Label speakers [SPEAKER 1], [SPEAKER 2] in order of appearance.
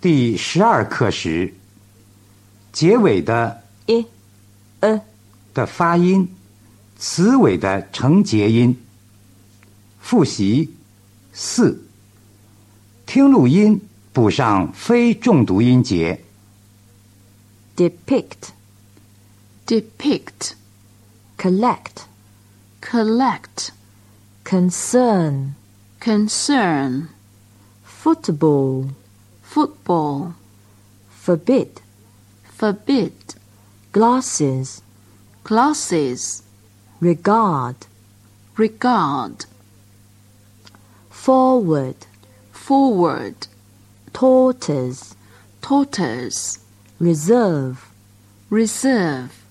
[SPEAKER 1] 第十二课时，结尾的
[SPEAKER 2] 一、呃、
[SPEAKER 1] 的发音，词尾的承结音。复习四，听录音补上非重读音节。
[SPEAKER 2] depict,
[SPEAKER 3] depict,
[SPEAKER 2] collect,
[SPEAKER 3] collect,
[SPEAKER 2] concern,
[SPEAKER 3] concern,
[SPEAKER 2] football,
[SPEAKER 3] football,
[SPEAKER 2] forbid,
[SPEAKER 3] forbid,
[SPEAKER 2] glasses,
[SPEAKER 3] glasses,
[SPEAKER 2] regard,
[SPEAKER 3] regard,
[SPEAKER 2] forward,
[SPEAKER 3] forward,
[SPEAKER 2] tortoise,
[SPEAKER 3] tortoise,
[SPEAKER 2] reserve,
[SPEAKER 3] reserve,